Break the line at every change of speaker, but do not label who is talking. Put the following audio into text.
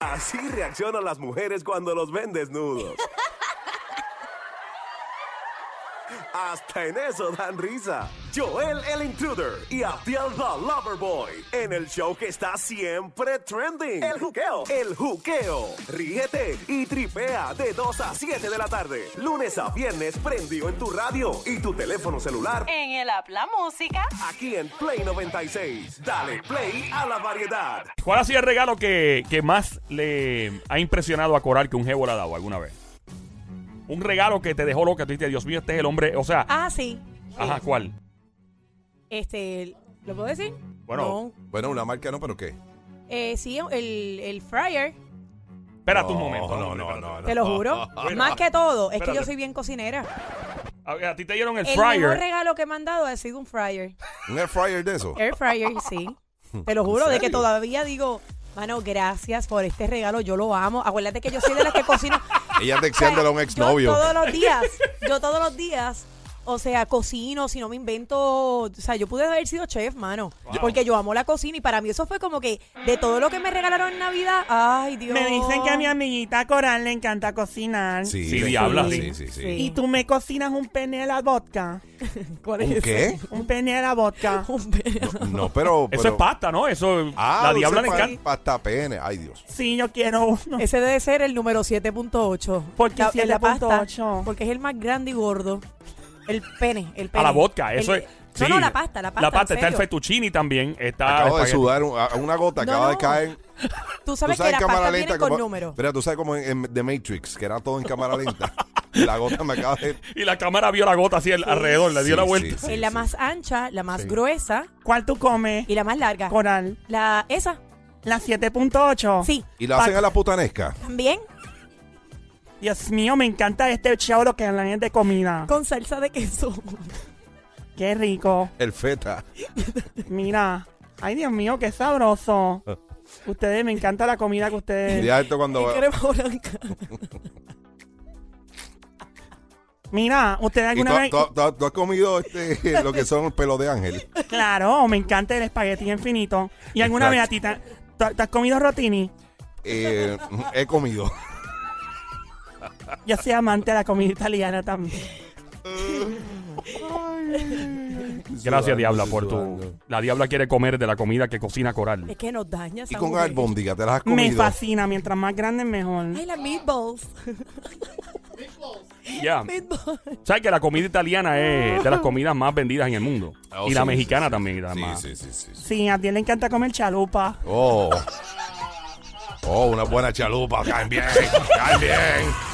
Así reaccionan las mujeres cuando los ven desnudos. Hasta en eso dan risa. Joel el Intruder y Abdiel the Loverboy en el show que está siempre trending. El juqueo. El juqueo. Ríete y tripea de 2 a 7 de la tarde. Lunes a viernes prendió en tu radio y tu teléfono celular.
En el app La Música.
Aquí en Play 96. Dale play a la variedad.
¿Cuál ha sido el regalo que, que más le ha impresionado a Coral que un jevo le ha dado alguna vez? Un regalo que te dejó loca, tú dijiste, Dios mío, este es el hombre, o sea,
Ah, sí.
ajá, ¿cuál?
Este, ¿lo puedo decir?
Bueno.
No.
Bueno, una marca no, pero ¿qué?
Eh, sí, el, el fryer,
Espérate un momento.
No,
hombre,
no,
espérate.
no. no.
te lo juro.
Bueno.
Más que todo, es que
Espérate.
yo soy bien cocinera.
A, ver, a ti te dieron el,
El mejor
fryer.
regalo que me han dado ha sido un fryer.
¿Un air fryer de eso?
Air fryer, sí. Te lo juro, de que todavía digo, mano, gracias por este regalo, yo lo amo. Acuérdate que yo soy de las que cocino.
Ella texteándola a un
O sea,
exnovio.
Yo todos los días, yo todos los días, o sea, cocino, si no me invento, o sea, yo pude haber sido chef, mano, porque yo amo la cocina y para mí eso fue como que de todo lo que me regalaron en Navidad, ay, Dios.
Me dicen que a mi amiguita Coral le encanta cocinar.
Sí,
Sí,
le-
diabla.
Sí, sí, sí.
Sí.
Y tú me cocinas un pene a la vodka.
¿Cuál
¿Un
es?
qué?
Un pene a la vodka.
Un pe-
No, pero.
Eso
pero-
es pasta, ¿no? Eso,
Ah,
la
dulce
diabla le
pa-
encanta.
Pasta pene. Ay, Dios.
Sí, yo quiero uno.
Ese debe ser el número 7.8.
Porque
La- en la pasta,
7.8.
Porque es el más grande y gordo. El pene, el pene.
A la vodka,
El-
eso es.
No,
sí.
no, la pasta, la pasta.
La pasta,
en
está el
serio.
fettuccini también. Está
Acabo de
Ah, espagueti.
sudar un- a- una gota,
No,
acaba de
no.
caer.
Tú sabes, que la pasta viene con números.
Mira, tú sabes como en, en The Matrix, que era todo en cámara lenta. la gota me acaba de.
Y la cámara vio la gota así al- alrededor, le dio
Sí,
la vuelta.
sí, sí,
es la
sí.
más ancha, la más gruesa
¿Cuál tú comes?
y la más larga.
Coral.
La esa,
La 7.8.
sí.
Y la hacen
Pa-
a la putanesca.
También
Dios mío, me encanta este show lo que hablan es de comida.
con salsa de queso.
Qué rico.
El feta.
Mira. Ay, Dios mío, qué sabroso. Ustedes, me encanta la comida que ustedes...
Ya esto cuando.
y crema blanca.
Mira, ustedes
Y tú,
alguna vez...
tú- tú- tú has comido este, lo que son pelos de ángel.
Claro, me encanta el espagueti infinito. ¿Y alguna vez a ti te, tú- tú has comido rotini?
Eh, he comido.
Yo soy amante de la comida italiana también.
Gracias,
Sudando,
Diabla,
sí,
por tu.
sudando.
La Diabla quiere comer de la comida que cocina Coral.
Es que nos daña
Y
esa
con
mujer.
albóndiga, te las has
Me
comido.
fascina, mientras más grande mejor.
Ay, las meatballs.
Ya.
meatballs.
¿Sabes que la comida italiana es de las comidas más vendidas en el mundo?
Oh,
y la
sí,
mexicana
sí, sí.
también. la
Sí,
más.
sí, sí, sí, sí.
Sí, a ti le encanta comer chalupa.
Oh. Oh, una buena chalupa. Caen bien. Caen bien.